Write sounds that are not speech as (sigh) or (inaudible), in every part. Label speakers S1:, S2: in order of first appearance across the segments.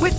S1: With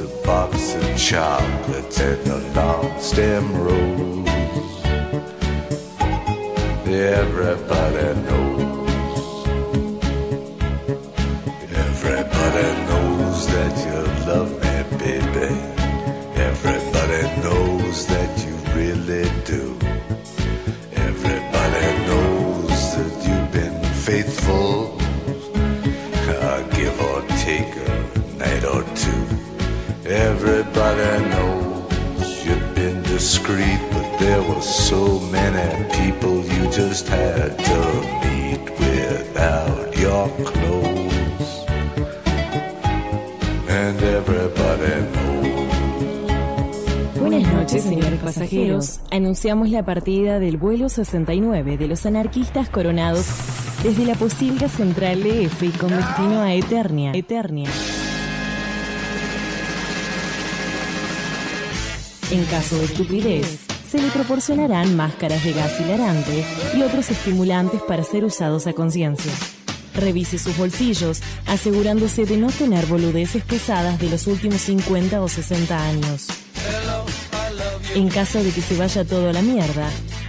S2: a box of chocolates and a long stem rose. Everybody knows. Everybody knows that you love me, baby. Everybody knows that you really do. Everybody knows that you've been faithful. A give or take a night or two. Everybody knows you've been discreet, but there were so many people you just had to meet without your clothes. And everybody knows.
S3: Buenas noches, señores pasajeros. Anunciamos la partida del vuelo 69 de los anarquistas coronados desde la posible central de F con destino a Eternia. Eternia. En caso de estupidez, se le proporcionarán máscaras de gas hilarante y otros estimulantes para ser usados a conciencia. Revise sus bolsillos, asegurándose de no tener boludeces pesadas de los últimos 50 o 60 años. En caso de que se vaya todo a la mierda,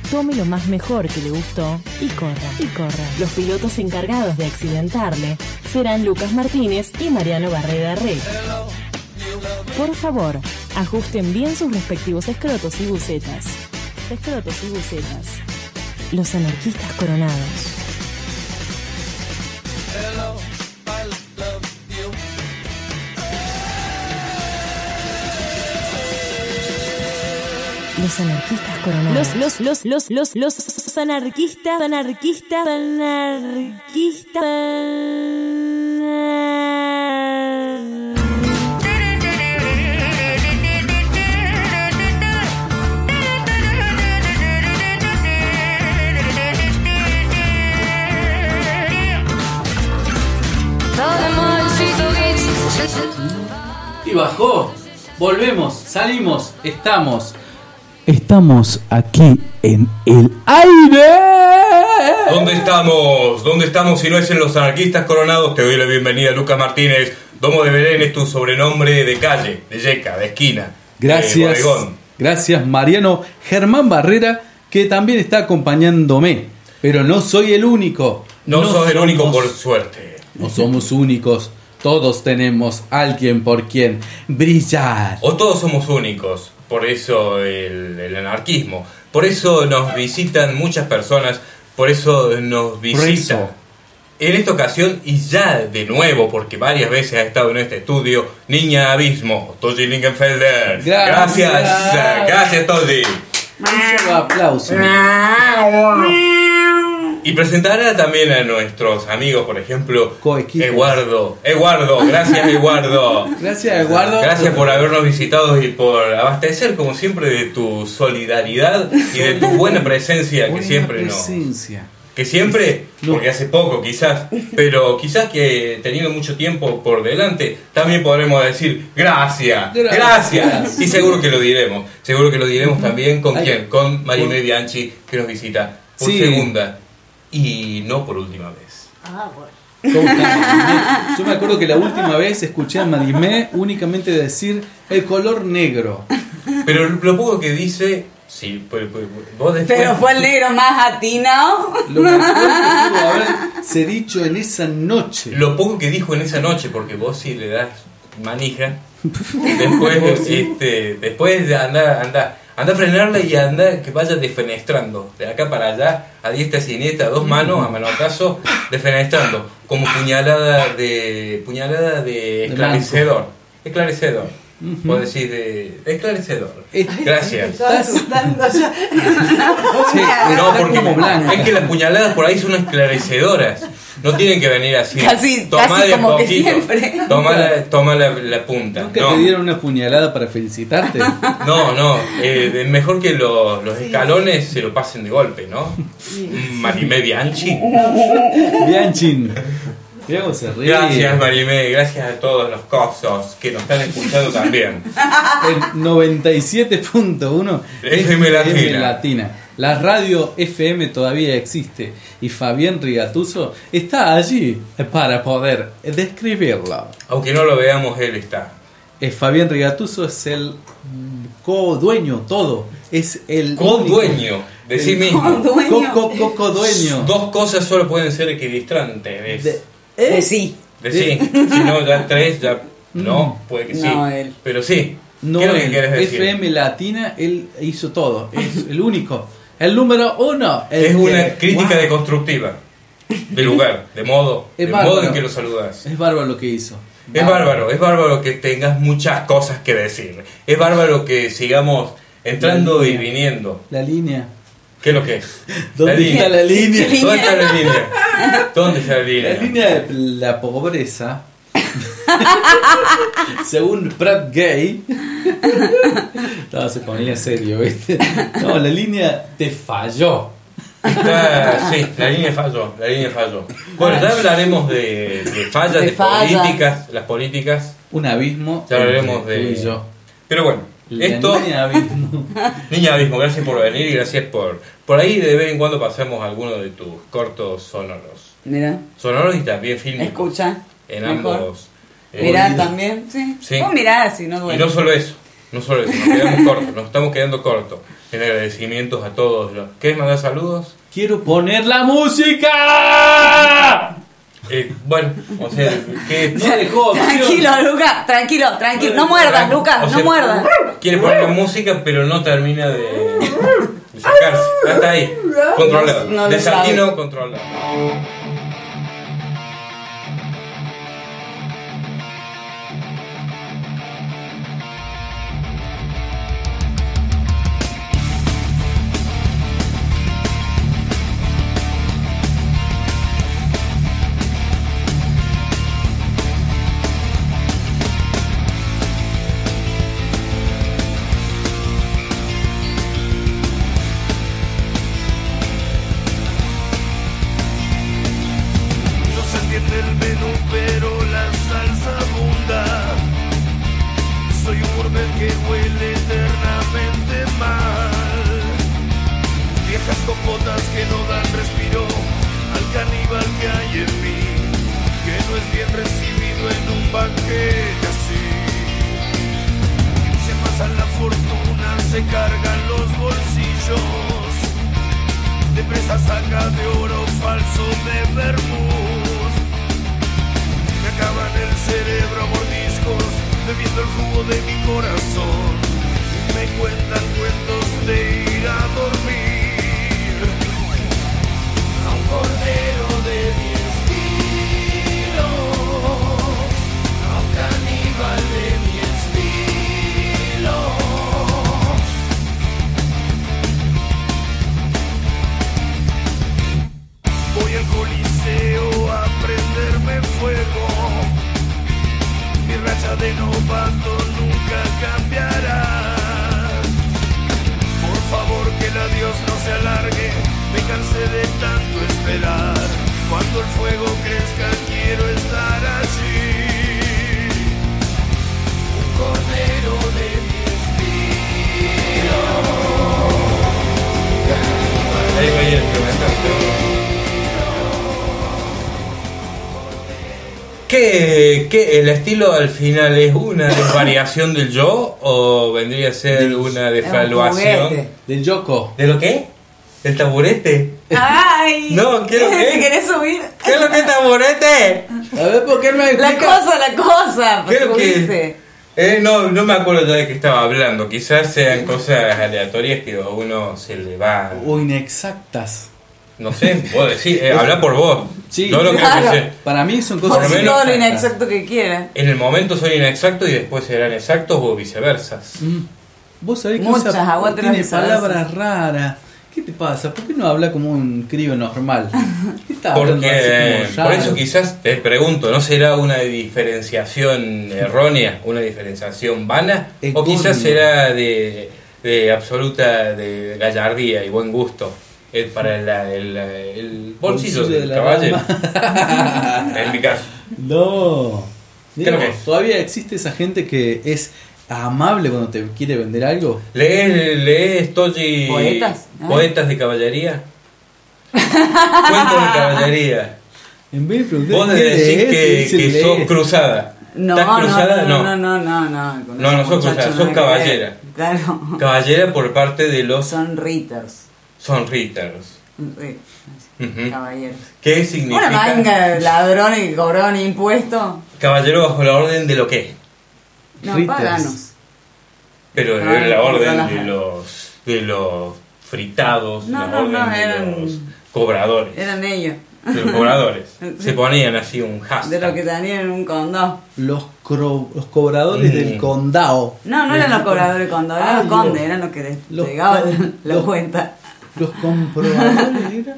S3: tome lo más mejor que le gustó y corra, y corra. Los pilotos encargados de accidentarle serán Lucas Martínez y Mariano Barreda Rey. Por favor, ajusten bien sus respectivos escrotos y bucetas. Escrotos y bucetas. Los anarquistas coronados. Los anarquistas coronados. Los, los, los, los, los, los anarquistas, anarquistas, anarquistas.
S4: Y bajó. Volvemos, salimos, estamos.
S5: Estamos aquí en el
S6: Eh,
S5: aire.
S6: ¿Dónde estamos? ¿Dónde estamos si no es en los anarquistas coronados? Te doy la bienvenida, Lucas Martínez. Domo de Belén es tu sobrenombre de calle, de yeca, de esquina.
S5: Gracias.
S6: de bodegón.
S5: gracias, Mariano. Germán Barrera, que también está acompañándome. Pero no soy el único.
S6: No, sos el único,
S5: somos-
S6: por suerte.
S5: No somos únicos. Todos tenemos alguien por quien brillar.
S6: O todos somos únicos, por eso el, el anarquismo. Por eso nos visitan muchas personas, por eso nos visitan. En esta ocasión, y ya de nuevo, porque varias veces ha estado en este estudio, Niña Abismo, Toji Lingenfelder.
S5: Gracias.
S6: Gracias, gracias Toji.
S5: Un solo aplauso.
S6: Y presentará también a nuestros amigos, por ejemplo, Eduardo. Eduardo, gracias Eduardo.
S5: Gracias, Eduardo.
S6: Gracias por habernos visitado y por abastecer, como siempre, de tu solidaridad y de tu buena presencia que siempre nos...
S5: presencia.
S6: Que siempre, porque hace poco quizás, pero quizás que teniendo mucho tiempo por delante, también podremos decir gracias,
S5: Gracias.
S6: gracias. Y seguro que lo diremos. Seguro que lo diremos también con
S5: Ay.
S6: quién, con Marimé Bianchi, que nos visita por
S5: Sí.
S6: segunda y no por última vez.
S5: ¿Cómo está? Yo me acuerdo que la última vez escuché a Marimé únicamente decir el color negro.
S6: Pero lo poco que dice, sí, pues, pues, vos después-
S7: Pero fue el negro más atinado.
S5: Lo mejor que pudo haberse dicho en esa noche.
S6: Lo poco que dijo en esa noche, porque vos sí le das manija. Después, este, después de andar, andar. Anda a frenarla y anda que vaya defenestrando, de acá para allá, a diestra y siniestra, a dos manos, a manotazo, defenestrando, como puñalada de puñalada de esclarecedor. Esclarecedor. Vos decís de, de esclarecedor. Gracias.
S7: Estaba asustando ya.
S6: Sí, no, porque
S5: como blanca.
S6: es que las puñaladas por ahí son esclarecedoras. No tienen que venir así.
S7: Casi-
S6: Tomá
S7: casi
S6: de a
S7: como que
S6: poquito.
S7: siempre.
S6: Tomá la, tomá la- la punta.
S5: ¿Nunca
S6: No.
S5: te dieron una puñalada para felicitarte?
S6: No, no, eh, de- mejor que lo- los escalones se lo pasen de golpe, ¿no? Mm, Marimé Bianchi.
S5: Bianchin. Mirá cómo se ríe.
S6: Gracias Marimé, gracias a todos los cosos que nos están escuchando también.
S5: El 97.1
S6: FM Latina.
S5: Latina. La radio FM todavía existe y Fabián Rigatuso está allí para poder describirla.
S6: Aunque no lo veamos, él está.
S5: Eh, Fabián Rigatuso es el mm, co-dueño, todo. Es el.
S6: Co-dueño de sí
S5: El
S6: mismo.
S5: co- co- co- Co-dueño.
S6: Dos cosas solo pueden ser equidistrantes. De,
S7: Eh, sí.
S6: de sí. Si no, ya tres, ya. No, puede que sí.
S7: No, él.
S6: Pero sí.
S5: No,
S6: ¿Qué es lo que
S5: el
S6: quieres decir?
S5: FM Latina, él hizo todo. Es el único. El número uno. el
S6: Es
S5: que-
S6: una crítica
S5: Wow.
S6: deconstructiva. De lugar, de modo.
S5: Es
S6: de
S5: bárbaro.
S6: modo en que lo saludas.
S5: Es bárbaro lo que hizo.
S6: Es bárbaro, es bárbaro que tengas muchas cosas que decir. Es bárbaro que sigamos entrando y viniendo.
S5: La línea.
S6: ¿Qué es lo que es?
S5: ¿Dónde está la línea?
S6: ¿Dónde está la línea? ¿Dónde está la
S5: La
S6: línea?
S5: línea de la pobreza, (laughs) según Pratt Gay, (laughs) no, se ponía serio, ¿viste? No, la línea te falló.
S6: Está- sí, la línea falló, la línea falló. Bueno, ya hablaremos de, de fallas, de,
S5: De fallas.
S6: políticas, las políticas.
S5: Un abismo.
S6: Ya hablaremos
S5: entre
S6: de-
S5: tú y yo.
S6: Pero bueno,
S5: La
S6: esto...
S5: línea abismo.
S6: Niña Abismo, gracias por venir y gracias por... Por ahí de vez en cuando pasamos alguno de tus cortos sonoros.
S7: Mira,
S6: Sonoros y también fílmicos.
S7: escucha.
S6: En
S7: mejor.
S6: ambos. eh,
S7: Mirá también, sí.
S6: Sí.
S7: Vos mirá así, no
S6: Y
S7: duele.
S6: no solo eso, no solo eso, nos quedamos (laughs) cortos, nos estamos quedando cortos. En agradecimientos a todos. los- ¿Querés mandar saludos?
S5: Quiero poner la
S6: (laughs)
S5: música.
S6: Eh, bueno, o sea, que...
S5: No dejó opción.
S7: Tranquilo, Lucas, tranquilo, tranquilo. No muerdas,
S6: O
S7: Lucas,
S6: sea,
S7: no muerdas.
S6: Quiere poner la música, pero no termina de, de sacarse. Ya Está ahí, controlado.
S7: No lo
S6: Desatino
S7: sabe. (laughs)
S6: controlado.
S2: No se entiende el menú, pero la salsa abunda. Soy un gourmet que huele eternamente mal. Viejas copotas que no dan respiro al caníbal que hay en mí, que no es bien recibido en un banquete así. Se pasan la fortuna, se cargan los bolsillos de presa saca de oro falso de Bermud. Me lavan el cerebro a mordiscos, bebiendo el jugo de mi corazón. Y me cuentan cuentos de ir a dormir a un cordero de mi estilo, a un caníbal de mi estilo. Voy al coliseo a prenderme fuego. Mi racha de novato nunca cambiará. Por favor que el adiós no se alargue. Me cansé de tanto esperar. Cuando el fuego crezca quiero estar allí. Un cordero de mi estilo.
S6: Ahí va el instrumental. ¿Qué, qué, el estilo al final es una desvariación del yo o vendría a ser una devaluación?
S7: juguete.
S5: Del Yoko.
S6: ¿De lo qué? ¿Del taburete?
S7: ¡Ay!
S6: No, ¿qué es lo que es?
S7: ¿Te querés subir?
S6: ¿Qué es lo que es taburete?
S5: A ver, ¿por qué no me
S7: La
S5: explica?
S7: cosa, la cosa.
S6: ¿Qué es lo
S7: Pues,
S6: que es?
S7: dice.
S6: Eh, no, no me acuerdo ya de qué estaba hablando. Quizás sean cosas aleatorias que a uno se le va.
S5: O inexactas.
S6: No sé, vos decís,
S5: (laughs)
S6: eh, habla por vos.
S5: Sí,
S6: no lo que
S7: claro.
S6: pensé.
S5: Para mí son
S7: Por
S5: cosas
S6: lo
S7: si
S6: menos
S7: todo lo
S6: acá.
S7: inexacto que quiera.
S6: En el momento son inexactos y después serán exactos o viceversas.
S5: Vos sabés que
S7: Muchas,
S5: esa p-
S7: aguante
S5: tiene
S7: las
S5: palabras
S7: salsas.
S5: raras. ¿Qué te pasa? ¿Por qué no habla como un crío normal? ¿Qué está hablando
S6: Porque,
S5: así
S6: eh,
S5: como
S6: por
S5: raro?
S6: eso quizás te pregunto, ¿no será una diferenciación errónea, una diferenciación vana? o
S5: Errónea.
S6: quizás será de, de Eh, absoluta de gallardía y buen gusto eh, para la- el, el bolsillo
S5: Bolsillo de
S6: del
S5: la
S6: caballero.
S5: dama.
S6: (laughs) en mi caso.
S5: (laughs) No.
S6: Creo
S5: Digo,
S6: que-
S5: todavía existe esa gente que es amable cuando te quiere vender algo.
S6: ¿Lees, lees Toggi-
S7: Poetas. Ah.
S6: poetas de caballería? Cuentos de
S5: (laughs)
S6: caballería.
S5: En vez de preguntar
S6: Vos
S5: ¿qué
S6: decís
S5: lees? Te
S6: que,
S5: dicen,
S6: que sos
S5: "Lees".
S6: cruzada.
S7: No,
S6: ¿Estás cruzada?
S7: no, no, no, no, no, no.
S6: No, no sos cruzada, sos caballera.
S7: caballera. Claro. (laughs)
S6: Caballera por parte de los
S7: Son ritas.
S6: sonríteros.
S7: Sí,
S6: Ujú.
S7: Caballeros.
S6: ¿Qué significa?
S7: Una manga de ladrones que cobraron impuestos.
S6: Caballero bajo la orden de lo qué.
S7: No,
S5: Fritas.
S7: paganos.
S6: Pero
S7: Ah,
S6: era la orden
S7: perdona.
S6: de los de los fritados,
S7: No,
S6: la
S7: no,
S6: orden
S7: no,
S6: de
S7: eran-
S6: los cobradores.
S7: Eran ellos.
S6: De los cobradores.
S7: Sí.
S6: Se ponían así un
S7: De
S6: hashtag.
S7: lo que tenían en un condón.
S5: Los, cro- los cobradores
S6: Mm.
S5: del condado.
S7: No, no eran los cobradores de condón, eran
S5: Ah,
S7: los condes,
S5: Dios.
S7: eran los que les
S5: Los
S7: llegaban
S5: con-
S7: la
S5: los-
S7: cuenta.
S5: Los comprobadores era.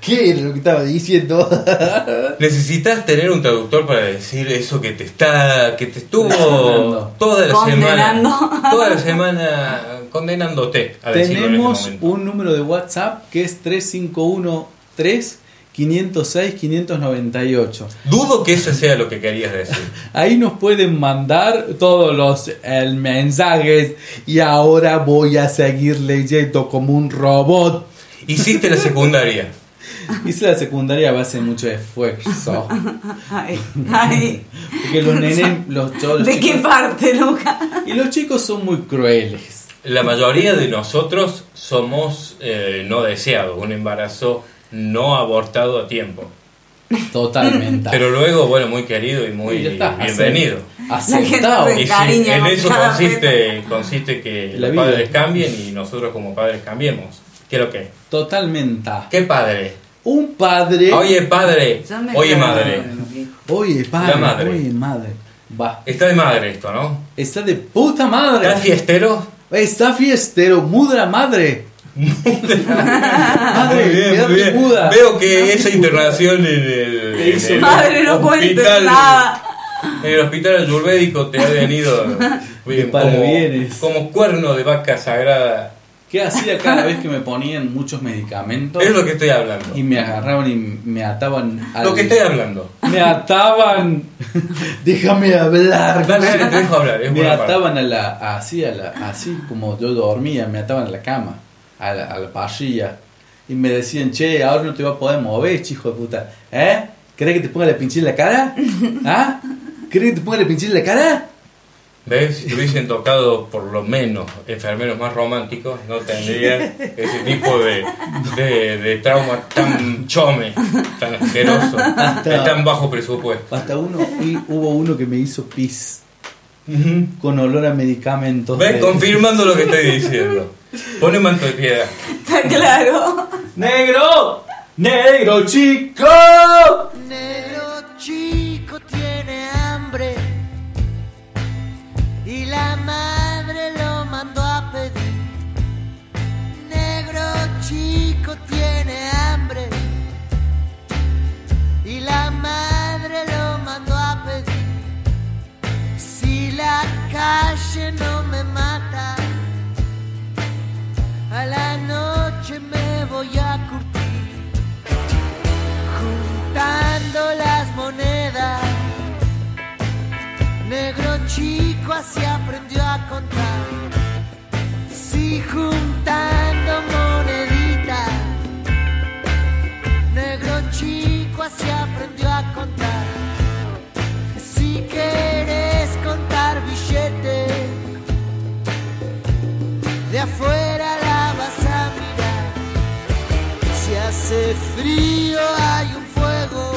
S5: ¿Qué era lo que estaba diciendo?
S6: Necesitas tener un traductor para decir eso que te está que te estuvo
S5: Condenando.
S6: toda la semana
S7: Condenando.
S6: (laughs) toda la semana condenándote a decirlo en este
S5: Tenemos
S6: momento.
S5: un número de WhatsApp que es 3513 506 598.
S6: Dudo que eso sea lo que querías decir.
S5: Ahí nos pueden mandar todos los eh, mensajes y ahora voy a seguir leyendo como un robot.
S6: Hiciste la secundaria.
S5: (laughs) Hice la secundaria a base de mucho esfuerzo.
S7: Ay, ay.
S5: Porque
S7: (laughs)
S5: los nenes, los, yo, los
S7: ¿De qué
S5: chicos,
S7: parte, Luca?
S5: y los chicos son muy crueles.
S6: La mayoría de nosotros somos eh, no deseados, un embarazo no abortado a tiempo.
S5: Totalmente.
S6: Pero luego, bueno, muy querido y muy
S5: Y ya está,
S6: bienvenido.
S7: La
S5: Aceptado.
S7: gente
S6: Y sí,
S7: Cariño,
S6: en eso
S7: cada
S6: consiste, consiste que
S5: La
S6: los
S5: vida.
S6: padres cambien y nosotros como padres cambiemos. Quiero que.
S5: Totalmente.
S6: ¿Qué padre?
S5: Un padre.
S6: Oye, padre.
S7: Yo me
S6: Oye,
S7: quedo
S6: madre.
S7: con los viejos.
S5: Oye,
S6: La
S5: padre.
S6: madre.
S5: Oye, madre. Va.
S6: Está de madre esto, ¿no?
S5: Está de puta madre.
S6: ¿Estás fiestero?
S5: Está fiestero, mudra madre. madre,
S6: Muy bien,
S5: quédate
S6: muy bien.
S5: muda.
S6: Veo que esa internación en el,
S5: Te hizo
S6: en el
S7: Madre, no cuentes
S6: hospital-
S7: nada.
S6: En el hospital ayurvédico te ha venido bien,
S5: para
S6: como,
S5: bienes.
S6: como cuerno de vaca sagrada.
S5: ¿Qué hacía cada vez que me ponían muchos medicamentos?
S6: Es lo que estoy hablando.
S5: Y me agarraban y me ataban al-
S6: Lo que estoy hablando.
S5: Me ataban. Déjame hablar.
S6: Dale, dale, te dejo hablar. ¿eh? Es
S5: me
S6: buena parte.
S5: ataban a la. Así, a la, así como yo dormía, me ataban a la cama, a la, a la parrilla. Y me decían, che, ahora no te vas a poder mover, chico de puta. ¿Eh? ¿Crees que te ponga la pinche en la cara? ¿Ah? ¿Crees que te ponga la pinche en la cara?
S6: ¿Ves? Si hubiesen tocado por lo menos enfermeros más románticos, no tendría ese tipo de, de, de trauma tan chome, tan asqueroso, de tan bajo presupuesto.
S5: Hasta uno, y hubo uno que me hizo pis. Con olor a medicamentos.
S6: ¿Ves?
S5: de-
S6: Confirmando lo que estoy diciendo. Pone manto de piedra.
S7: Está claro.
S5: ¡Negro! ¡Negro chico!
S8: Negro chico tiene hambre y la madre lo mandó a pedir. Negro chico tiene hambre y la madre lo mandó a pedir. Si la calle no me mata, a la noche me voy a curtir juntando las monedas. Negro chico así aprendió a contar. Sí, juntando moneditas. Negro chico así aprendió a contar. Si quieres contar billetes, de afuera la vas a mirar. Si hace frío hay un fuego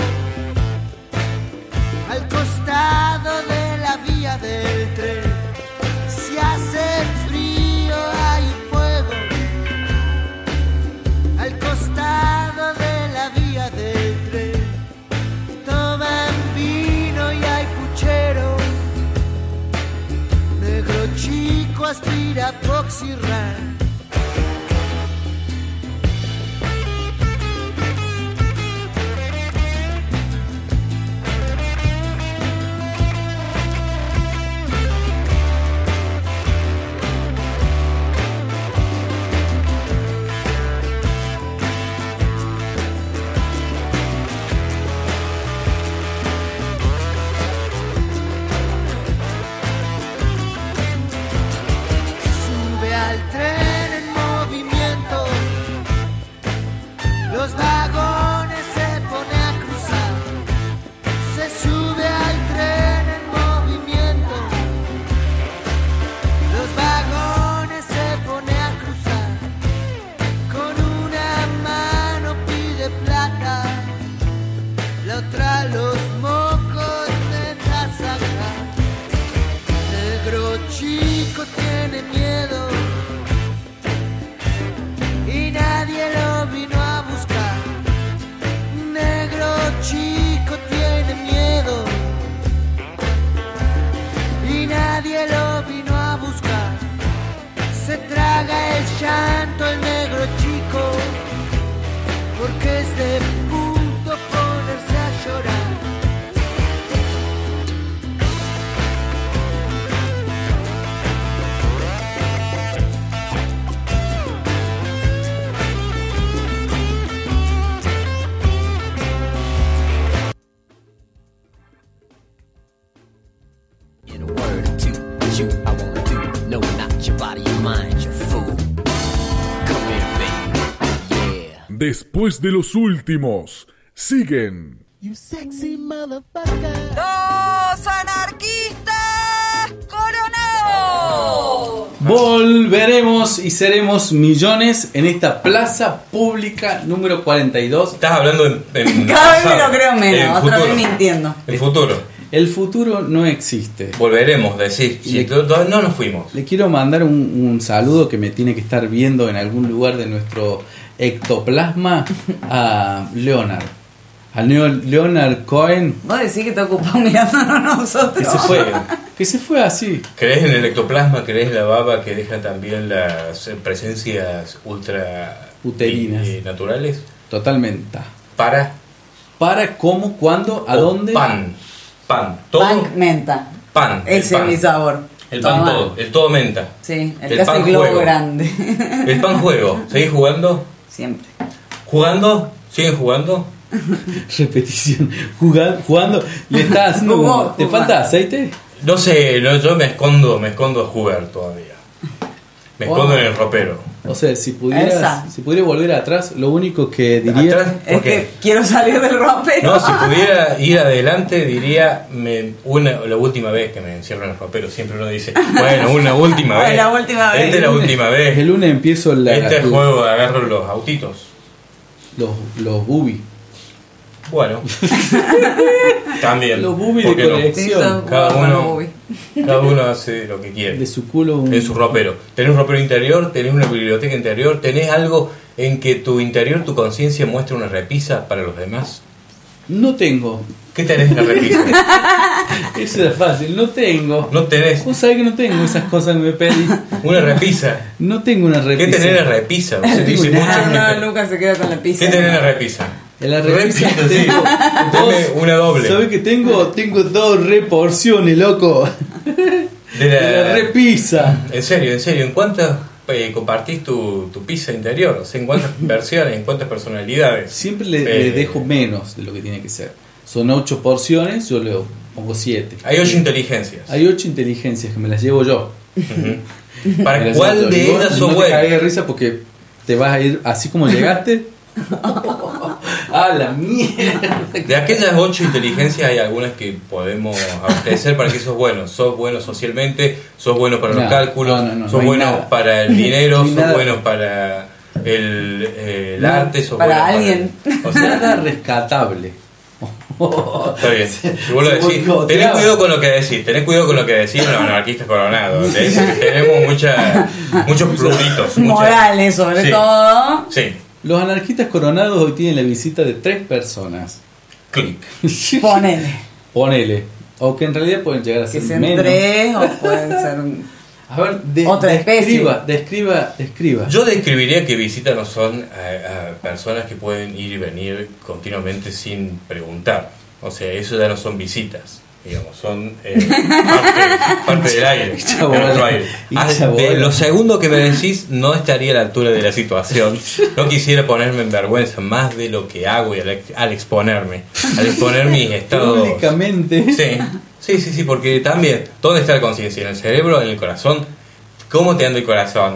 S8: al costado de la vía del tren. Si hace frío hay un fuego al costado de la vía del tren. Toman vino y hay puchero. Negro chico aspira Proxirran. Sube al tren en movimiento, los vagones se pone a cruzar. Se sube al tren en movimiento, los vagones se pone a cruzar. Con una mano pide plata, la otra los mocos intenta sacar. Negro chico tiene miedo y nadie lo vino a buscar. Negro chico tiene miedo y nadie lo vino a buscar. Se traga el llanto el negro chico porque es de punto ponerse a llorar.
S9: word or two. It's you I wanna do. No, not your body, your mind, your fool. Come here, baby.
S10: Después de los últimos, siguen
S8: You sexy motherfucker. Los anarquistas coronados.
S5: Volveremos y seremos millones en esta plaza pública número 42. Estás
S6: hablando en.
S7: (laughs) Cada vez me lo creo menos, otra vez mintiendo.
S6: El futuro.
S5: El futuro no existe.
S6: Volveremos, decir. Si to- to- no nos
S7: (laughs)
S6: fuimos.
S5: Le quiero mandar un, un saludo que me tiene que estar viendo en algún lugar de nuestro
S7: (laughs)
S5: ectoplasma a Leonard. A Neo- Leonard Cohen.
S7: Vos decís que te ocupás mirándonos nosotros.
S5: Que se fue.
S7: (laughs)
S5: Que se fue así.
S6: ¿Crees en el ectoplasma? ¿Crees la baba que deja también las eh, presencias ultra
S5: Uterinas.
S6: eh, naturales?
S5: Totalmente.
S6: Para.
S5: ¿Para cómo, cuándo, a dónde? (laughs)
S6: Pan. Pan. Todo
S7: Pan menta.
S6: pan. el
S7: Ese es
S6: pan.
S7: mi sabor. (laughs)
S6: El pan
S7: Toma.
S6: todo. El todo menta.
S7: Sí, el,
S6: El
S7: caso
S6: pan
S7: del globo
S6: juego.
S7: grande.
S6: El pan juego.
S7: (laughs)
S6: ¿Seguís jugando?
S7: Siempre.
S6: ¿Jugando? ¿Siguen jugando?
S5: Repetición. Jugando. jugando.
S7: (laughs)
S5: ¿Le estás haciendo como-
S6: Jugó,
S5: ¿Te
S6: jugó.
S5: falta aceite?
S6: No sé, no, yo me escondo, me escondo a jugar todavía. Me escondo en el ropero.
S5: O sea, si pudieras,
S7: Esa.
S5: si pudieras volver atrás, lo único que diría
S7: Es que quiero salir del ropero.
S6: No, si pudiera ir adelante, diría me, una, la última vez que me encierro en el ropero. Siempre uno
S7: (laughs)
S6: dice, bueno, una última vez.
S7: Bueno, la última vez.
S6: Esta es la
S7: (laughs)
S6: última vez.
S5: el lunes empiezo la,
S6: Este
S5: la-
S6: juego agarro los autitos.
S5: los los boobies.
S7: (laughs)
S6: Bueno, también.
S5: Los boobies de
S6: ¿por qué no?
S5: colección. Sí,
S6: Cada
S5: son buenos
S6: uno, cada uno hace lo que quiere.
S5: De su culo un-
S6: En su ropero. Tenés un ropero interior, tenés una biblioteca interior, tenés algo en que tu interior, tu conciencia muestra una repisa para los demás.
S5: No tengo.
S6: ¿Qué tenés en la repisa?
S5: (laughs) Eso era fácil, no tengo.
S6: No tenés.
S5: Vos sabés que no tengo esas cosas que me pedís.
S6: Una repisa.
S5: No tengo una repisa.
S6: ¿Qué tenés en la repisa? Se dice mucho en la-
S7: No, Lucas se queda con la pizza.
S6: ¿Qué tenés en la repisa?
S5: En la repisa
S7: (laughs)
S6: Repisa, sí.
S5: tengo dos.
S6: Dame una doble.
S5: ¿Sabés que tengo? Tengo dos reporciones, loco.
S6: De la-
S5: De la repisa.
S6: En serio, en serio, ¿en cuántas eh, compartís tu, tu pizza interior? O sea, ¿en
S5: (laughs)
S6: cuántas versiones, en cuántas personalidades?
S5: Siempre le,
S6: Eh,
S5: le dejo menos de lo que tiene que ser. Son ocho porciones, yo le pongo siete.
S6: Hay ocho inteligencias.
S5: Hay ocho inteligencias que me las llevo yo.
S6: ¿Para
S5: Me las
S6: cuál
S5: llevo yo.
S6: de
S5: Y vos
S6: ellas
S5: no
S6: sos
S5: te
S6: bueno?
S5: cagues de risa porque te vas a ir así como
S6: (laughs)
S5: llegaste. a la mierda.
S6: De aquellas ocho inteligencias hay algunas que podemos abastecer para que sos bueno. Sos bueno socialmente, sos bueno para los
S5: No,
S6: cálculos,
S5: no, no, no,
S6: sos
S5: no hay
S6: bueno
S5: nada.
S6: para
S5: (laughs)
S6: el dinero,
S5: No hay
S6: sos
S5: nada.
S6: bueno para el, eh, el
S5: No,
S6: arte, sos
S7: para
S6: bueno
S7: alguien.
S6: para... O
S5: Nada
S6: sea,
S5: rescatable. (laughs)
S6: está bien. Si vos lo
S5: Se
S6: decís,
S5: boicotea.
S6: tenés cuidado con lo que decís, tenés cuidado con lo que decís los anarquistas coronados. ¿ok? Tenemos mucha, muchos pluritos.
S7: Morales, sobre
S6: Sí.
S7: todo.
S6: Sí,
S5: Los anarquistas coronados hoy tienen la visita de tres personas.
S6: clic.
S7: Ponele.
S5: Ponele. O que en realidad pueden llegar a
S7: Que
S5: ser
S7: sean
S5: menos.
S7: tres o pueden ser. un-
S5: (laughs) A ver, de-
S7: Otra especie.
S5: describa, describa, describa.
S6: Yo describiría que visitas no son eh, a personas que pueden ir y venir continuamente sin preguntar. O sea, eso ya no son visitas, digamos, son eh, parte, parte del aire.
S5: Hincha
S6: de nuestro
S5: bola,
S6: aire.
S5: hincha
S6: Ah, de
S5: bola.
S6: lo segundo que me decís no estaría a la altura de la situación. No quisiera ponerme en vergüenza más de lo que hago y al, ex- al exponerme, al exponer
S5: (laughs)
S6: mis estados
S5: Públicamente.
S6: Sí, sí, sí, sí, porque también, ¿dónde está la conciencia? ¿En el cerebro? ¿En el corazón? ¿Cómo te anda el corazón?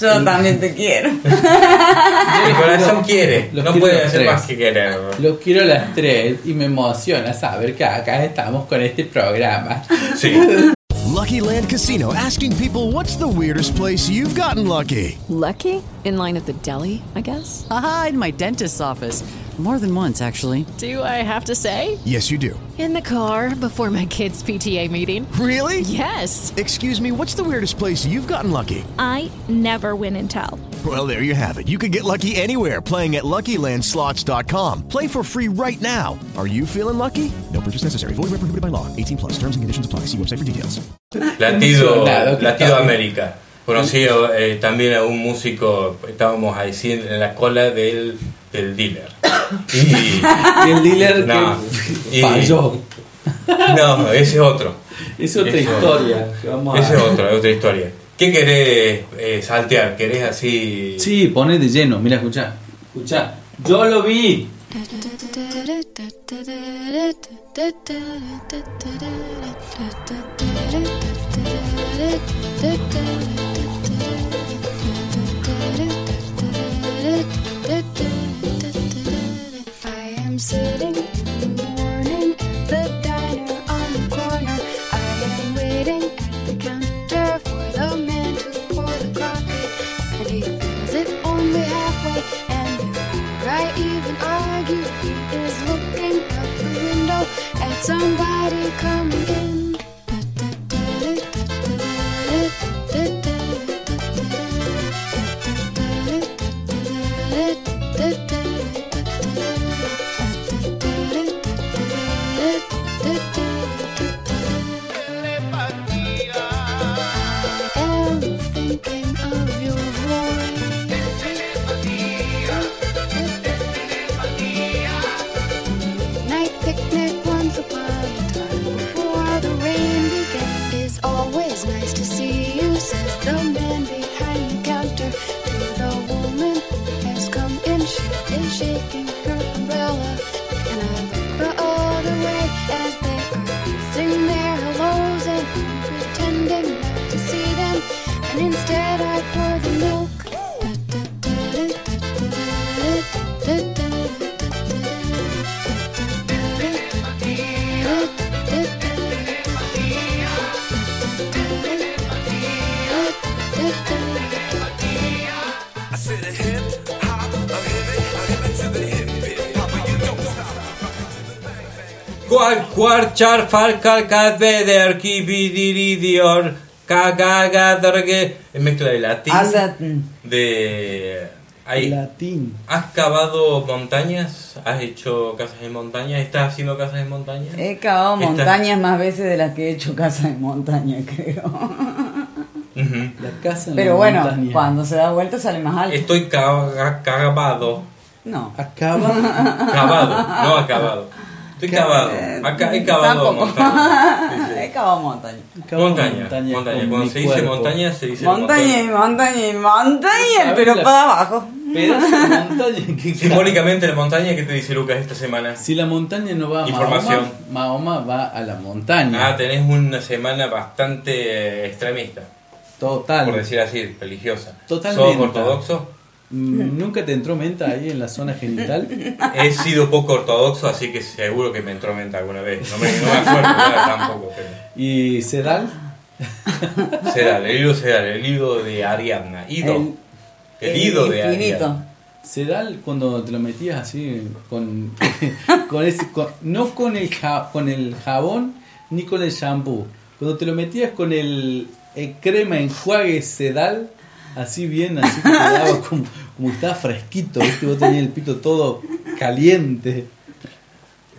S7: Yo también te quiero.
S6: El corazón quiere,
S5: Los
S6: no
S5: quiero
S6: puede
S5: los
S6: hacer
S5: tres.
S6: más que querer.
S5: Los quiero a las tres y me emociona saber que acá estamos con este programa.
S6: Sí.
S11: Lucky Land Casino asking people what's the weirdest place you've gotten lucky?
S12: Lucky? In line at the deli, I guess?
S13: Aha, in my dentist's office. More than once, actually.
S14: Do I have to say?
S11: Yes, you do.
S14: In the car before my kids' PTA meeting.
S11: Really?
S14: Yes.
S11: Excuse me, what's the weirdest place you've gotten lucky?
S15: I never win and tell.
S11: Well, there you have it. You can get lucky anywhere playing at LuckyLandSlots.com. Play for free right now. Are you feeling lucky? No purchase necessary. Void where prohibited by law. 18 plus. Terms and conditions apply. See website for details.
S6: Latido,
S5: Emocionado que
S6: Latido
S5: estaba.
S6: América. Conocí eh, también a un músico, estábamos ahí sí, en la cola del, del dealer.
S5: (laughs)
S6: Y,
S5: Y (laughs) el dealer
S6: No.
S5: que
S6: Y-
S5: falló.
S6: no, ese es otro.
S5: Es otra
S6: Ese
S5: historia. que vamos a-
S6: Ese es otro, es otra historia. ¿Qué querés eh, saltear? ¿Querés así?
S5: Sí, poné de lleno. Mira, escuchá. Escuchá. Yo lo vi.
S16: I am sitting in the morning at the diner on the corner. I am waiting at the counter for the man to pour the coffee. And he fills it only halfway. And before I even argue, he is looking out the window at somebody coming in. Am thinking of your voice. Night picnic once upon a time before. and instead I pour the milk.
S2: I said a hip hop, a hip it, a hip it to the hip it. Papa, you don't stop.
S6: Guar, guar, char, far, cal, cal, veder, qui, vidiridior, cagaga, dargue. Es mezcla de latín. De. Ahí.
S5: Latín.
S6: ¿Has cavado montañas? ¿Has hecho casas en montaña? ¿Estás haciendo casas en montaña?
S7: He cavado
S6: Está-
S7: montañas más veces de las que he hecho casa en montaña, (laughs) creo.
S5: La casa en
S7: Pero
S5: la
S7: bueno,
S5: montaña.
S7: cuando se da vuelta sale más alto. (laughs)
S6: Estoy caga- cavado.
S7: No.
S5: Acaba.
S6: Cavado, no acabado. Estoy cavado. Acá he cavado
S7: Tampoco.
S6: montaña.
S7: he cavado montaña.
S6: Montaña, montaña. Cuando
S5: mi
S6: se dice
S5: cuerpo.
S6: montaña, se dice
S7: Montaña y montaña y montaña,
S6: ¿Sabes
S7: pero
S6: la-
S7: para abajo.
S5: Pedazo de montaña que
S6: Simbólicamente la montaña, ¿qué te dice Lucas esta semana?
S5: Si la montaña no va a Mahoma,
S6: Información.
S5: Mahoma va a la montaña.
S6: Ah, tenés una semana bastante eh, extremista,
S5: Total.
S6: por decir así, religiosa.
S5: Totalmente.
S6: ¿Sos ortodoxo?
S5: Mm, ¿Nunca te entró menta ahí en la zona genital?
S6: He sido poco ortodoxo, así que seguro que me entró menta alguna vez. No me, no me acuerdo ahora tampoco. Pero...
S5: ¿Y sedal?
S6: Sedal, el hilo sedal, el hilo de Ariadna. Ido. El,
S5: el
S6: hilo de
S5: infinito.
S6: Ariadna.
S5: Sedal cuando te lo metías así con, (laughs) con ese- con- no con el ja- con el jabón ni con el shampoo. Cuando te lo metías con el, el crema enjuague sedal, así bien, así que
S6: (laughs)
S5: quedaba como, como que estaba fresquito, ¿viste? vos tenías el pito todo caliente.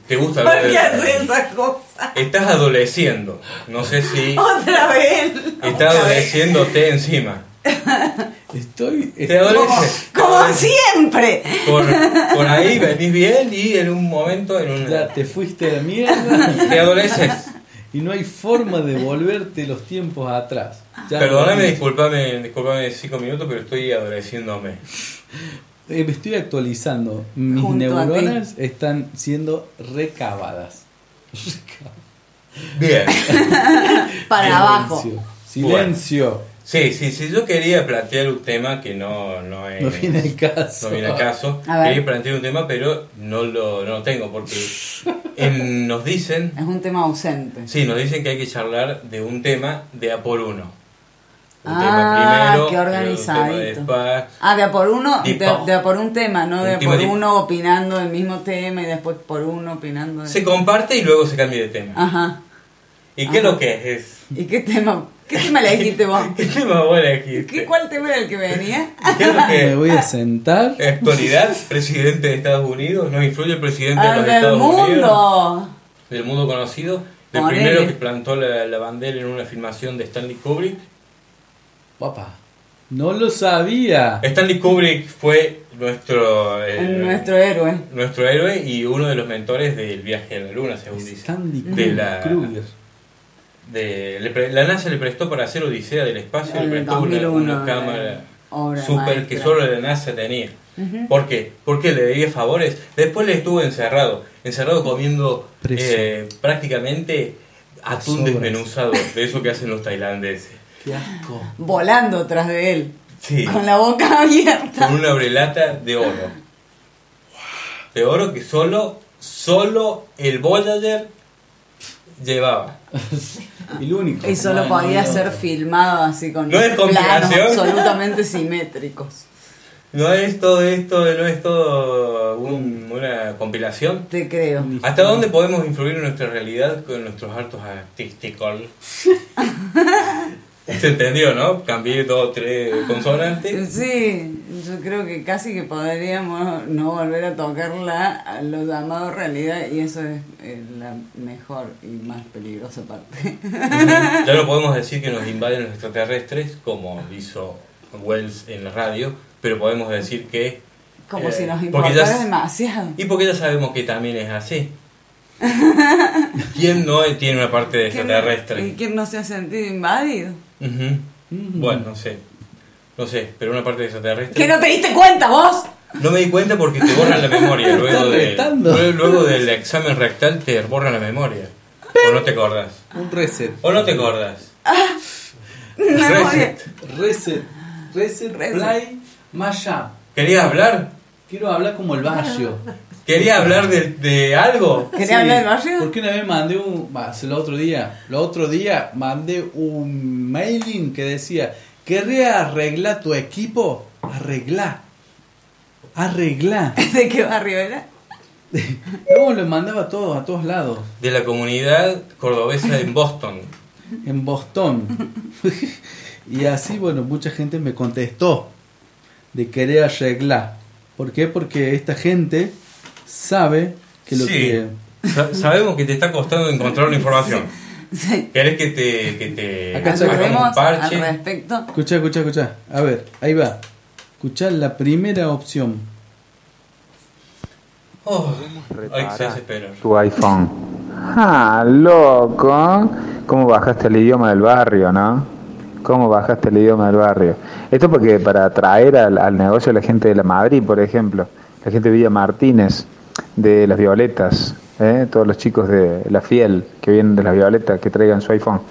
S6: ¿Te gusta
S7: ¿Por
S6: hablar
S7: qué
S6: de
S7: haces esas cosas?
S6: Estás adoleciendo. No sé si.
S7: Otra vez.
S6: Estás adoleciéndote encima.
S5: Estoy.
S6: Te adolece.
S7: Como siempre.
S6: Por, por ahí venís bien y en un momento. En un,
S5: Ya te fuiste a la mierda.
S6: (laughs) Te adoleces.
S5: Y no hay forma de volverte los tiempos atrás. Ya
S6: Perdóname,
S5: lo-
S6: disculpame, disculpame cinco minutos, pero estoy adoleciéndome.
S5: Eh, me estoy actualizando. Mis
S6: Junto a
S5: neuronas están siendo recabadas.
S6: Bien.
S7: Para abajo.
S5: Silencio.
S6: Sí, sí, sí, yo quería plantear un tema que no, no es.
S5: No viene al caso.
S6: Eh, no viene al caso.
S7: Oh. A ver.
S6: Quería plantear un tema, pero no lo, no lo tengo porque
S7: (laughs)
S6: en- nos dicen.
S7: Es un tema ausente.
S6: Sí, nos dicen que hay que charlar de un tema de a por uno. Un
S7: Ah,
S6: tema primero,
S7: qué organizadito.
S6: luego un tema después.
S7: Ah, de a por uno, de,
S6: Deep Pop.
S7: de a por un tema, no de
S6: Un
S7: a
S6: tema
S7: por
S6: deep.
S7: uno opinando del mismo tema y después por uno opinando del
S6: Se comparte y luego se cambia de tema.
S7: Ajá.
S6: ¿Y qué es lo que es? es?
S7: ¿Y qué tema? ¿Qué tema le dijiste vos?
S6: (laughs) ¿Qué tema voy a elegir?
S7: ¿Qué, ¿Cuál tema era el que venía?
S6: ¿Qué es
S5: (laughs)
S6: lo que
S5: Me voy a sentar.
S7: (laughs)
S6: En actualidad, presidente de Estados Unidos, no influye el presidente de
S7: ¡Al
S6: los
S7: del
S6: Estados Unidos,
S7: mundo!
S6: del mundo conocido, el
S7: Ponele.
S6: primero que plantó la, la bandera en una filmación de Stanley Kubrick.
S5: Papá, no lo sabía.
S6: Stanley Kubrick fue nuestro eh,
S7: Nuestro héroe.
S6: nuestro héroe y uno de los mentores del viaje a la luna, según dice.
S5: Stanley
S6: De la,
S5: Kruger.
S6: de- le pre- la NASA le prestó para hacer Odisea del espacio,
S7: El
S6: le prestó una-
S7: 2001,
S6: una,
S7: la
S6: cámara
S7: eh, obra
S6: super que
S7: maestra.
S6: solo la NASA tenía.
S7: Ujú.
S6: ¿Por qué? Porque le debía favores. Después le estuvo encerrado, encerrado comiendo
S5: Preso.
S6: eh, prácticamente atún
S5: Sobras.
S6: desmenuzado, de eso que hacen los tailandeses.
S5: Qué
S6: (laughs)
S5: asco.
S7: Volando tras de él. (laughs)
S6: Sí,
S7: Con la boca abierta.
S6: con una brelata de oro. De oro que solo, solo el Voyager llevaba.
S5: El único.
S7: Y solo
S5: No,
S7: podía
S5: no, no.
S7: ser filmado así con
S6: ¿No es
S7: planos
S6: combinación? (laughs)
S7: absolutamente simétricos.
S6: No es todo esto, no es todo un- una compilación.
S7: Te creo.
S6: ¿Hasta dónde podemos influir en nuestra realidad con nuestros actos artísticos? Se entendió, ¿no? Cambié dos, tres consonantes.
S7: Sí, yo creo que casi que podríamos no volver a tocar la, a lo llamado realidad y eso es eh, la mejor y más peligrosa parte. (laughs)
S6: Ya no podemos decir que nos invaden los extraterrestres, como hizo Wells en la radio, pero podemos decir que...
S7: Como
S6: eh,
S7: si nos
S6: porque ya
S7: importara
S6: s-
S7: demasiado.
S6: Y porque ya sabemos que también
S7: (laughs)
S6: es así. ¿Quién no tiene una parte de
S7: ¿Y
S6: extraterrestre?
S7: quién no se ha sentido invadido?
S6: Ujú. Bueno, no sé. No sé, pero una parte de extraterrestre.
S7: ¿Que no te diste cuenta vos?
S6: No me di cuenta porque te borran la memoria. Luego,
S5: Estás
S6: de-
S5: retando.
S6: luego- luego del examen rectal te borran la memoria. O no te acordás.
S5: Un reset.
S6: O no te acordás. Reset.
S5: Reset. Reset. Play. Mashup.
S6: ¿Querías hablar?
S5: Quiero hablar como el
S6: (laughs)
S5: Bayo.
S6: ¿Querías hablar de, de algo?
S7: ¿Querías hablar del barrio?
S5: Porque una vez mandé un. va, se lo otro día. Lo otro día mandé un mailing que decía: ¿Querrías arreglar tu equipo? Arreglar. Arreglar.
S7: (laughs) ¿De qué barrio era?
S5: (laughs) Luego les mandaba a todos, a todos lados.
S6: De la comunidad cordobesa en Boston. (laughs)
S5: En Boston. y así, bueno, mucha gente me contestó de querer arreglar. ¿Por qué? Porque esta gente sabe que lo
S6: Sí.
S5: que.
S6: Sa- sabemos que te está costando encontrar la información. ¿Querés que te, que te
S5: Acá está.
S6: hagamos un
S7: Hablemos al
S6: parche?
S7: respecto.
S5: Escucha, escucha, escucha. A ver, ahí va. Escucha la primera opción.
S6: Oh, ay, se hace espera.
S17: tu iPhone. Ah, loco. ¿Cómo bajaste el idioma del barrio, no? ¿Cómo bajaste el idioma del barrio? Esto porque para atraer al, al negocio a la gente de la Madrid, por ejemplo, la gente de Villa Martínez, de Las Violetas, ¿eh? todos los chicos de La Fiel que vienen de Las Violetas, que traigan su iPhone.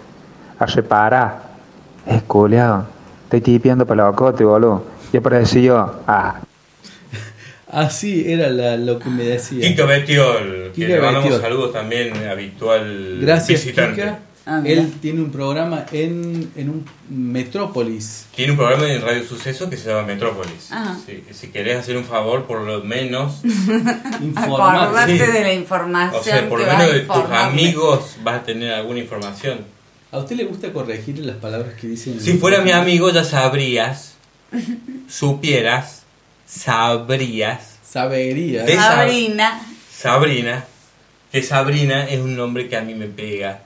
S17: A reparar. Es culeado. Estoy tipeando para locote, boludo. Y aparecí yo. Ah,
S5: Así era la- lo que me decía.
S6: Kika Betiol, que
S5: Kika
S6: le mandamos
S5: Betiol.
S6: saludos también habitual
S5: Gracias,
S6: visitante.
S5: Kika.
S7: Ah, mira.
S5: Él tiene un programa en, en un
S7: (laughs)
S5: Metrópolis.
S6: Tiene un programa en Radio Suceso que se llama Metrópolis.
S7: Ajá.
S6: Si, si querés hacer un favor, por lo
S7: (laughs)
S6: menos,
S7: Ah, Acordate
S6: Sí.
S7: de la información.
S6: o sea, por lo
S7: que vas
S6: menos de
S7: a
S6: tus
S7: informarme.
S6: amigos vas a tener alguna información.
S5: ¿A usted le gusta corregir las palabras que dicen?
S6: Si fuera mi amigo,
S7: (laughs)
S6: ya sabrías, supieras, sabrías,
S5: Sabería. ¿eh?
S6: de sab-
S7: Sabrina.
S6: Sabrina, que Sabrina es un nombre que a mí me pega.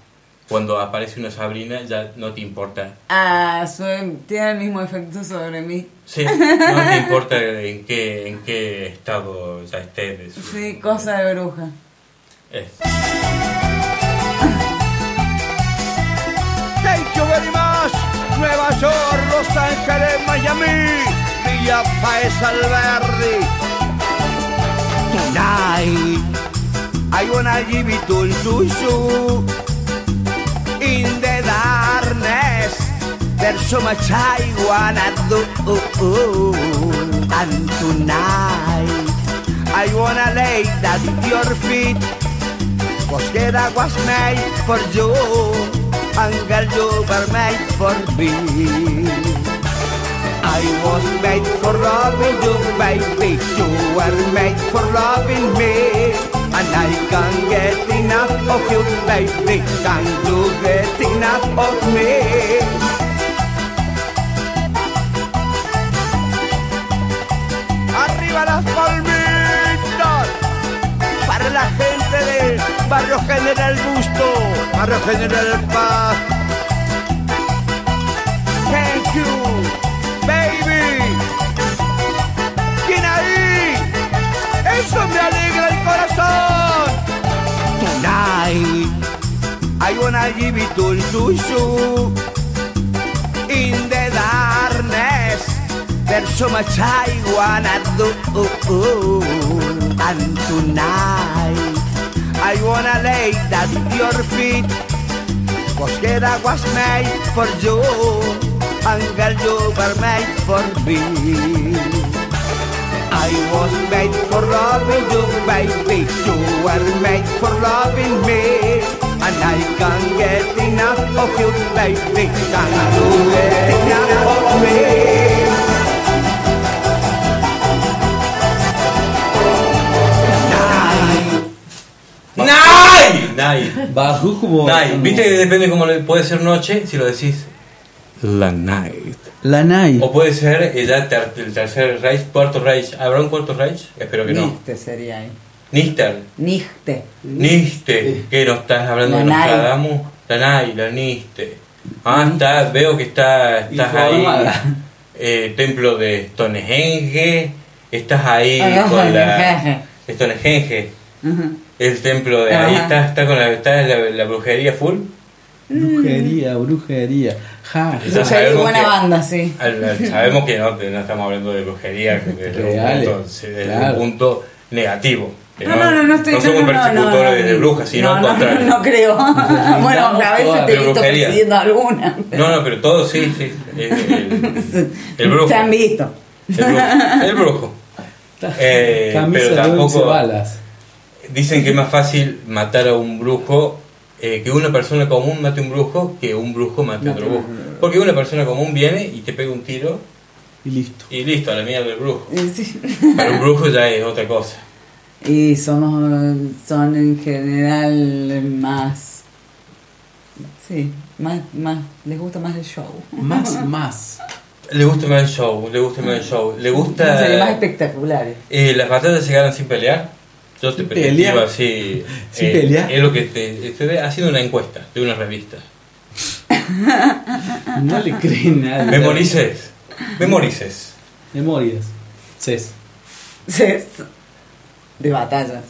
S6: Cuando aparece una Sabrina, ya no te importa.
S7: Ah, su- tiene el mismo efecto sobre mí.
S6: Sí, no te importa en qué, en qué estado ya estés.
S7: Sí, cosa de bruja.
S6: Es-
S18: Thank you very much. Nueva York, Los Ángeles, Miami, Villa Paez Alberdi. Tonight, I wanna give it all to you. In the darkness, there's so much I wanna do. And tonight, I wanna lay that at your feet. Pues Cause that I was made for you And girl you were made for me I was made for loving you baby You were made for loving me And I can't get enough of you baby Can you get enough of me? ¡Arriba las palmitas! para la gente de Barrio General Busto, Barrio General Paz. Thank you, baby. ¿Quién ahí? Eso me alegra el corazón. Tonight, I wanna give it all to you. In the darkness, there's so much I wanna do. And tonight, I wanna lay that at your feet. Cause that I was made for you, and girl, you were made for me. I was made for loving you, baby. You were made for loving me. And I can't get enough of you, baby. Can't you get enough of me?
S6: ¡Nay! ¡Nay!
S5: Bajó como.
S6: Nay. ¿Viste que depende cómo le- puede ser noche? Si lo decís. La night.
S5: La Nai.
S6: O puede ser eh, ya ter- el tercer Reich, cuarto Reich. ¿Habrá un cuarto Reich? Espero que no.
S7: Niste sería ahí.
S6: Nister.
S7: Niste.
S6: Niste. ¿Qué nos estás hablando de
S7: La Nai.
S6: Nostradamus? La Nai, la Niste. Ah, está, veo que está, estás ahí.
S5: Informada.
S6: Eh, templo de Stonehenge. Estás ahí
S7: Ay, ojo,
S6: con
S7: Stonehenge.
S6: la. Stonehenge. El templo de ahí
S5: Ajá.
S6: está, está con la, está la, la brujería full.
S5: Brujería, brujería. Ja, ja.
S6: Ya sabemos
S7: buena
S6: que-
S7: banda, sí.
S6: al- al- sabemos
S7: (laughs)
S6: que no, que no estamos hablando de brujería que desde, un
S5: Reales,
S6: punto, desde un
S5: claro.
S6: punto negativo. Eh,
S7: No, no, no, no estoy-
S6: No somos
S7: no, no, no,
S6: persecutores
S7: no, no.
S6: de brujas, sino
S7: No,
S6: al
S7: no,
S6: contrario.
S7: no
S6: (laughs)
S7: creo. bueno, a veces te he
S6: Pero
S7: visto
S6: brujería.
S7: persiguiendo alguna.
S6: No, no, pero todos sí, sí. eh, El, el brujo.
S7: Te han visto.
S6: El brujo. El brujo. Eh,
S5: Camisa
S6: pero
S5: de
S6: tampoco.
S5: once balas.
S6: Dicen que es más fácil matar a un brujo, eh, que una persona común mate a un brujo, que un brujo mate a otro brujo. Porque una persona común viene y te pega un tiro.
S5: Y listo.
S6: Y listo, a la mierda del brujo. Para un brujo ya es otra cosa.
S7: Y somos, son en general más. Sí, más, más. Les gusta más el show.
S5: Más, más.
S6: Le gusta más el show, le gusta más el show. Le gusta.
S7: Sí, más espectaculares.
S6: Eh, las batallas se ganan sin pelear. Yo te
S5: pelear.
S6: pelear así.
S5: Sin
S6: eh,
S5: pelear.
S6: Es lo que te, estoy haciendo una encuesta de una revista.
S5: No le creen nada.
S6: Memorices. Memorices.
S5: Memorias. Ces.
S7: Ces. De batallas.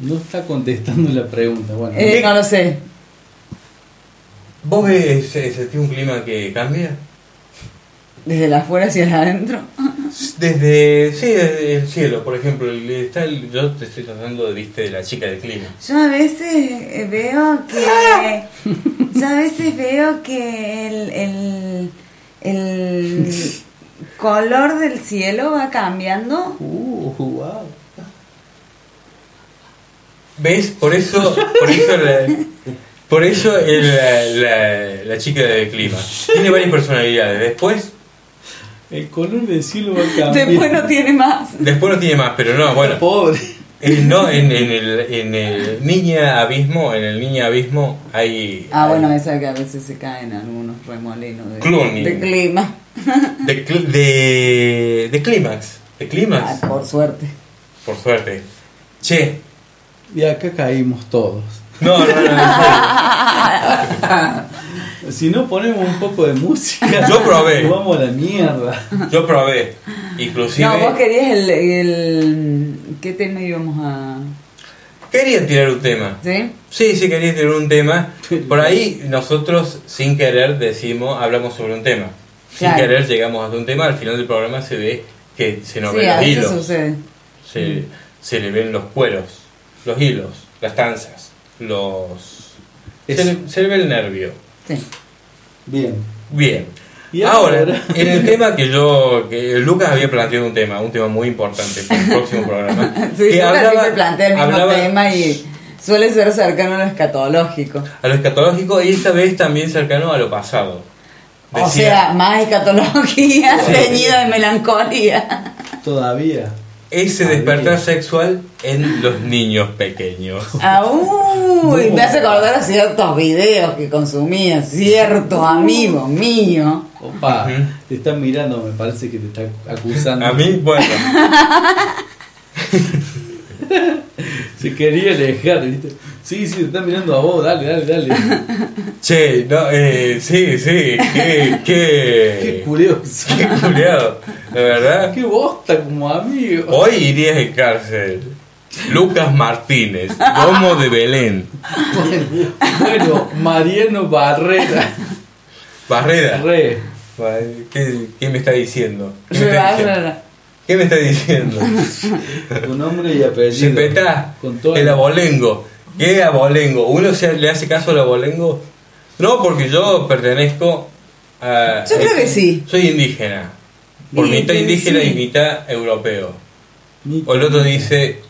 S5: No está contestando la pregunta. Bueno,
S7: Eh, no lo sé.
S6: ¿Vos ves, se- sentís un clima que cambia?
S7: Desde la afuera hacia el adentro.
S6: Desde, sí, desde el cielo, por ejemplo. el- Está el- yo te estoy tratando de, viste, de la chica del clima.
S19: Yo a veces eh, veo
S7: (laughs)
S19: que. Yo a veces veo que el, el,
S7: (laughs)
S19: el color del cielo va cambiando.
S5: Uh,
S6: ¿Ves? Por eso, por eso, la, por eso el- la, la- la chica del clima. Tiene varias personalidades. Después,
S5: el color del cielo va a
S7: (laughs)
S5: cambiar.
S7: Después no tiene más.
S6: después no tiene más, pero no, bueno.
S5: Pobre.
S6: En, no, en, en el, en el niña abismo, en el niña abismo hay
S7: Ah, bueno, esa que a veces se caen algunos remolinos de,
S6: Clooney.
S7: de clima.
S6: de, cl- de, de clímax, de clímax,
S7: Ah, por suerte.
S6: por suerte. Che,
S5: Y acá caímos todos.
S6: No, no,
S5: (laughs) Si no ponemos un poco de música,
S6: Yo probé.
S5: nos vamos a la mierda.
S6: yo probé, inclusive
S7: no, vos querías el, el. ¿Qué tema íbamos a.?
S6: quería tirar un tema.
S7: ¿Sí?
S6: Sí, sí, quería tirar un tema. Por ahí nosotros sin querer decimos, hablamos sobre un tema. Sin
S7: Claro.
S6: querer llegamos hasta un tema, al final del programa se ve que se nos
S7: sí,
S6: ven
S7: a
S6: los
S7: veces
S6: hilos,
S7: sucede.
S6: se, se le ven los cueros, los hilos, las tanzas, los... Se le, se le ve el nervio.
S5: Bien.
S6: Bien.
S5: Y
S6: ahora,
S5: ahora?
S6: en el tema que yo, que Lucas había planteado un tema, un tema muy importante para el próximo programa,
S7: (laughs) Sí,
S6: que
S7: yo
S6: hablaba,
S7: siempre plantea el mismo
S6: hablaba-
S7: tema y suele ser cercano a lo escatológico.
S6: a lo escatológico y esta vez también cercano a lo pasado.
S7: O sea, más escatología
S6: Sí.
S7: teñida de melancolía.
S5: (laughs) Todavía.
S6: Ese despertar sexual en los niños pequeños.
S7: Ah, uy, me hace acordar a ciertos videos que consumía, ciertos amigos míos.
S5: Opa, te están mirando, me parece que te están acusando.
S6: A mí, bueno.
S5: Se quería alejar, ¿viste? Sí, sí, te están mirando a vos, dale, dale, dale.
S6: Che, no, eh, sí, sí, qué, qué,
S5: (laughs)
S6: qué
S5: curioso.
S6: Qué culiado, la verdad.
S5: Qué bosta como amigo.
S6: Hoy irías en cárcel. Lucas Martínez, Domo de Belén,
S5: Bueno, Mariano Barrera.
S6: Barrera.
S5: Re.
S6: ¿Qué, qué me está diciendo? ¿Qué me está diciendo?
S7: Barrera.
S6: ¿Qué me está diciendo?
S5: Tu nombre y apellido.
S6: Chepetá,
S5: Con todo
S6: el abolengo. ¿Qué abolengo? ¿Uno se, le hace caso al abolengo? No, porque yo pertenezco a...
S7: Yo creo que sí.
S6: Soy indígena. Por
S7: Bien,
S6: mitad
S7: creo que
S6: indígena
S7: sí.
S6: y mitad europeo. O el otro dice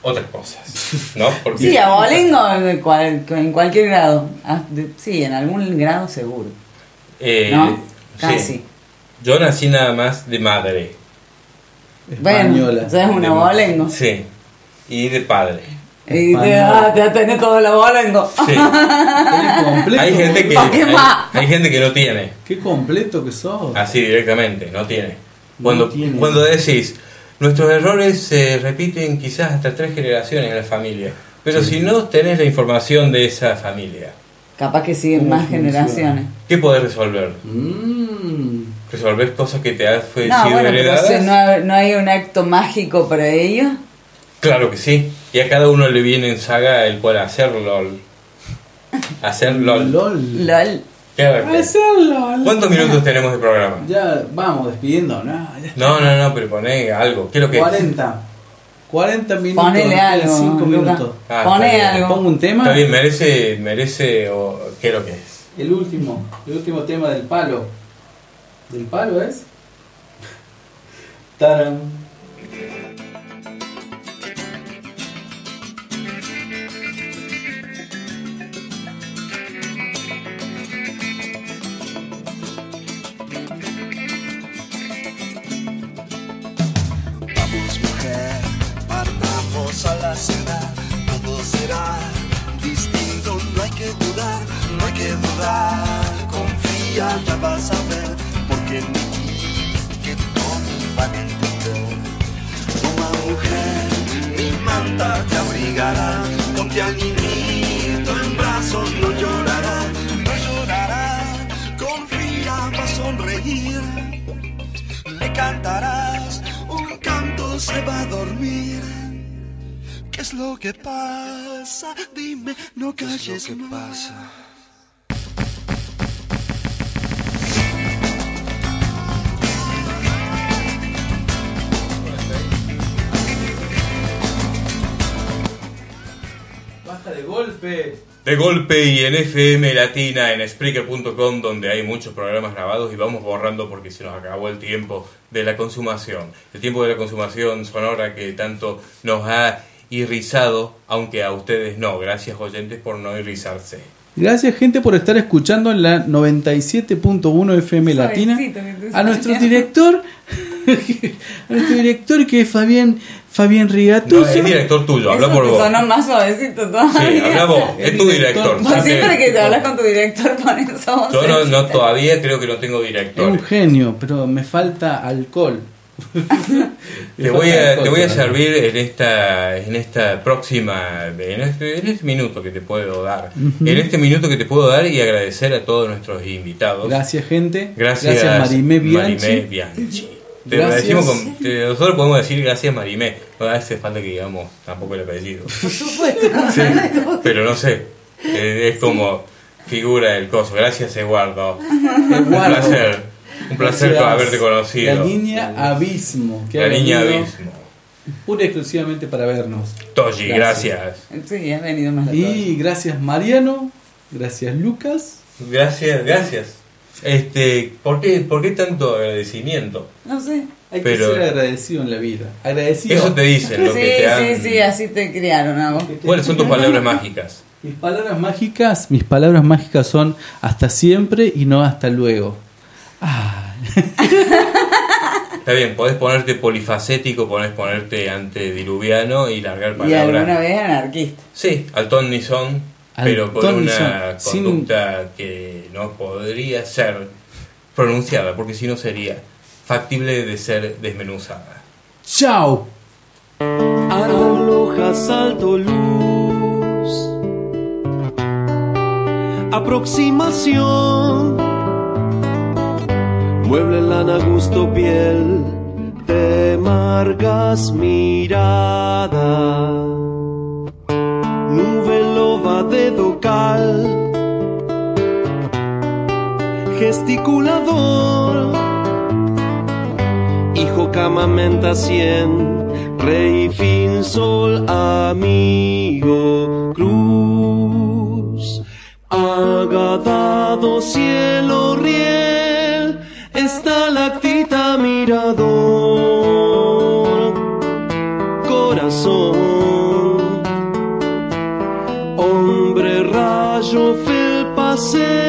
S6: otras cosas. ¿No? Porque
S7: Sí, abolengo en, cual- en cualquier grado. Ah, de- Sí, en algún grado seguro.
S6: Eh,
S7: ¿No?
S6: sí.
S7: Casi.
S6: Yo nací nada más de madre.
S7: Bueno, ya es un abolengo.
S6: Sí. Y de padre.
S7: Y te, ah, te tenés todo el abolengo.
S6: Sí.
S5: Ah,
S7: (laughs)
S6: Hay gente que
S7: ¿Para qué
S6: hay,
S7: más?
S6: hay gente que no tiene.
S5: Qué completo que sos.
S6: Así directamente, no tiene. Ah, Cuando cuando decís nuestros errores se repiten quizás hasta tres generaciones en la familia, pero si no tenés la información de esa familia,
S7: Capaz que siguen más
S6: funciona?
S7: generaciones.
S6: ¿qué podés resolver? Resolver cosas que te han fue- sido
S7: No, bueno, pero
S6: heredadas.
S7: si no, no hay un acto mágico para ello.
S6: Claro que sí. Y a cada uno le viene en saga el poder hacer LOL. Hacer LOL.
S7: LOL.
S6: Claro que- ¿Cuántos minutos tenemos de programa?
S5: Ya, vamos, despidiendo, ¿no?
S6: No, no, no, pero poné algo. ¿Qué es lo que es?
S5: 40. 40 minutos,
S7: Ponele algo,
S5: 5
S7: Luca.
S5: minutos.
S6: Ah,
S7: Poné
S6: está bien.
S7: algo.
S5: Pongo un tema.
S6: Está bien, merece, merece, o, ¿qué es lo que es?
S5: El último, el último tema del palo. ¿Del palo es? (laughs) Tarán.
S20: Vamos mujer, partamos a la ciudad, todo será distinto, no hay que dudar, no hay que dudar, confía, ya vas a ver, porque en ti que todos van a entender. Toma mujer, mi manta te abrigará, ponte al niñito en brazos, no llorará, no llorará, confía, va a sonreír, le cantarás un canto se va a dormir. ¿Qué es lo que pasa? Dime, no calles ¿Qué es lo que pasa?
S5: Baja de golpe.
S6: De golpe y en FM Latina, en Spreaker.com, donde hay muchos programas grabados y vamos borrando porque se nos acabó el tiempo de la consumación. El tiempo de la consumación sonora que tanto nos ha irrizado, aunque a ustedes no. Gracias oyentes por no irrizarse.
S5: Gracias gente por estar escuchando en la 97.1 FM Latina.
S7: Suavecito que te
S5: A nuestro
S7: salga.
S5: director, (laughs) a nuestro director que es Fabián, Fabián Rigatuso.
S6: No, es director tuyo, habla por vos.
S7: Sonó más suavecito
S6: Sí,
S7: todavía.
S6: habla vos, es tu director.
S7: Vos siempre
S6: Sí.
S7: que te hablas con tu director pones eso.
S6: Yo no, no, todavía creo que no tengo director.
S5: Es un genio, pero me falta alcohol.
S6: Te voy a, te voy a servir en esta, en esta próxima, en este, en este minuto que te puedo dar.
S5: Ujú.
S6: En este minuto que te puedo dar y agradecer a todos nuestros invitados.
S5: Gracias gente.
S6: Gracias,
S5: Marimé Bianchi.
S6: Marimé Bianchi. Te lo
S5: Gracias.
S6: decimos con- te- nosotros podemos decir gracias Marimé. No hace falta que digamos tampoco el apellido. Sí, pero no sé. Eh, Es como figura del coso. Gracias Eduardo. Un
S5: Eduardo.
S6: placer. Un placer
S5: Gracias.
S6: haberte conocido.
S5: La niña Abismo. que
S6: La
S5: ha
S6: niña
S5: venido
S6: Abismo.
S5: Pura y exclusivamente para vernos.
S7: Sí,
S6: Toji,
S7: has venido más de todo.
S5: Y gracias Mariano, gracias Lucas.
S6: Gracias, gracias. Este, ¿por qué, por qué tanto agradecimiento?
S7: No sé.
S5: Hay
S6: Pero-
S5: que ser agradecido en la vida. Agradecido.
S6: Eso te dicen lo
S7: sí,
S6: que te
S7: sí,
S6: han.
S7: sí, así te criaron a vos.
S6: ¿Cuáles son tus palabras mágicas?
S5: Mis palabras mágicas, mis palabras mágicas son hasta siempre y no hasta luego.
S6: Está bien, podés ponerte polifacético, podés ponerte antediluviano y largar
S7: Y alguna
S6: palabras.
S7: vez anarquista.
S6: Sí, al Tom Nixon,
S5: Al
S6: pero con
S5: Tom
S6: una
S5: Nixon, sin-
S6: conducta que no podría ser pronunciada, porque si no sería factible de ser desmenuzada.
S5: Chao.
S21: Aloja salto luz. Aproximación. Mueble lana gusto piel. Te marcas mirada. Nube loba de docal. Gesticulador. Hijo camamenta cien. Rey, fin, sol, amigo, cruz, agadado, cielo, riel, está lactita, mirador, corazón, hombre, rayo, felpase,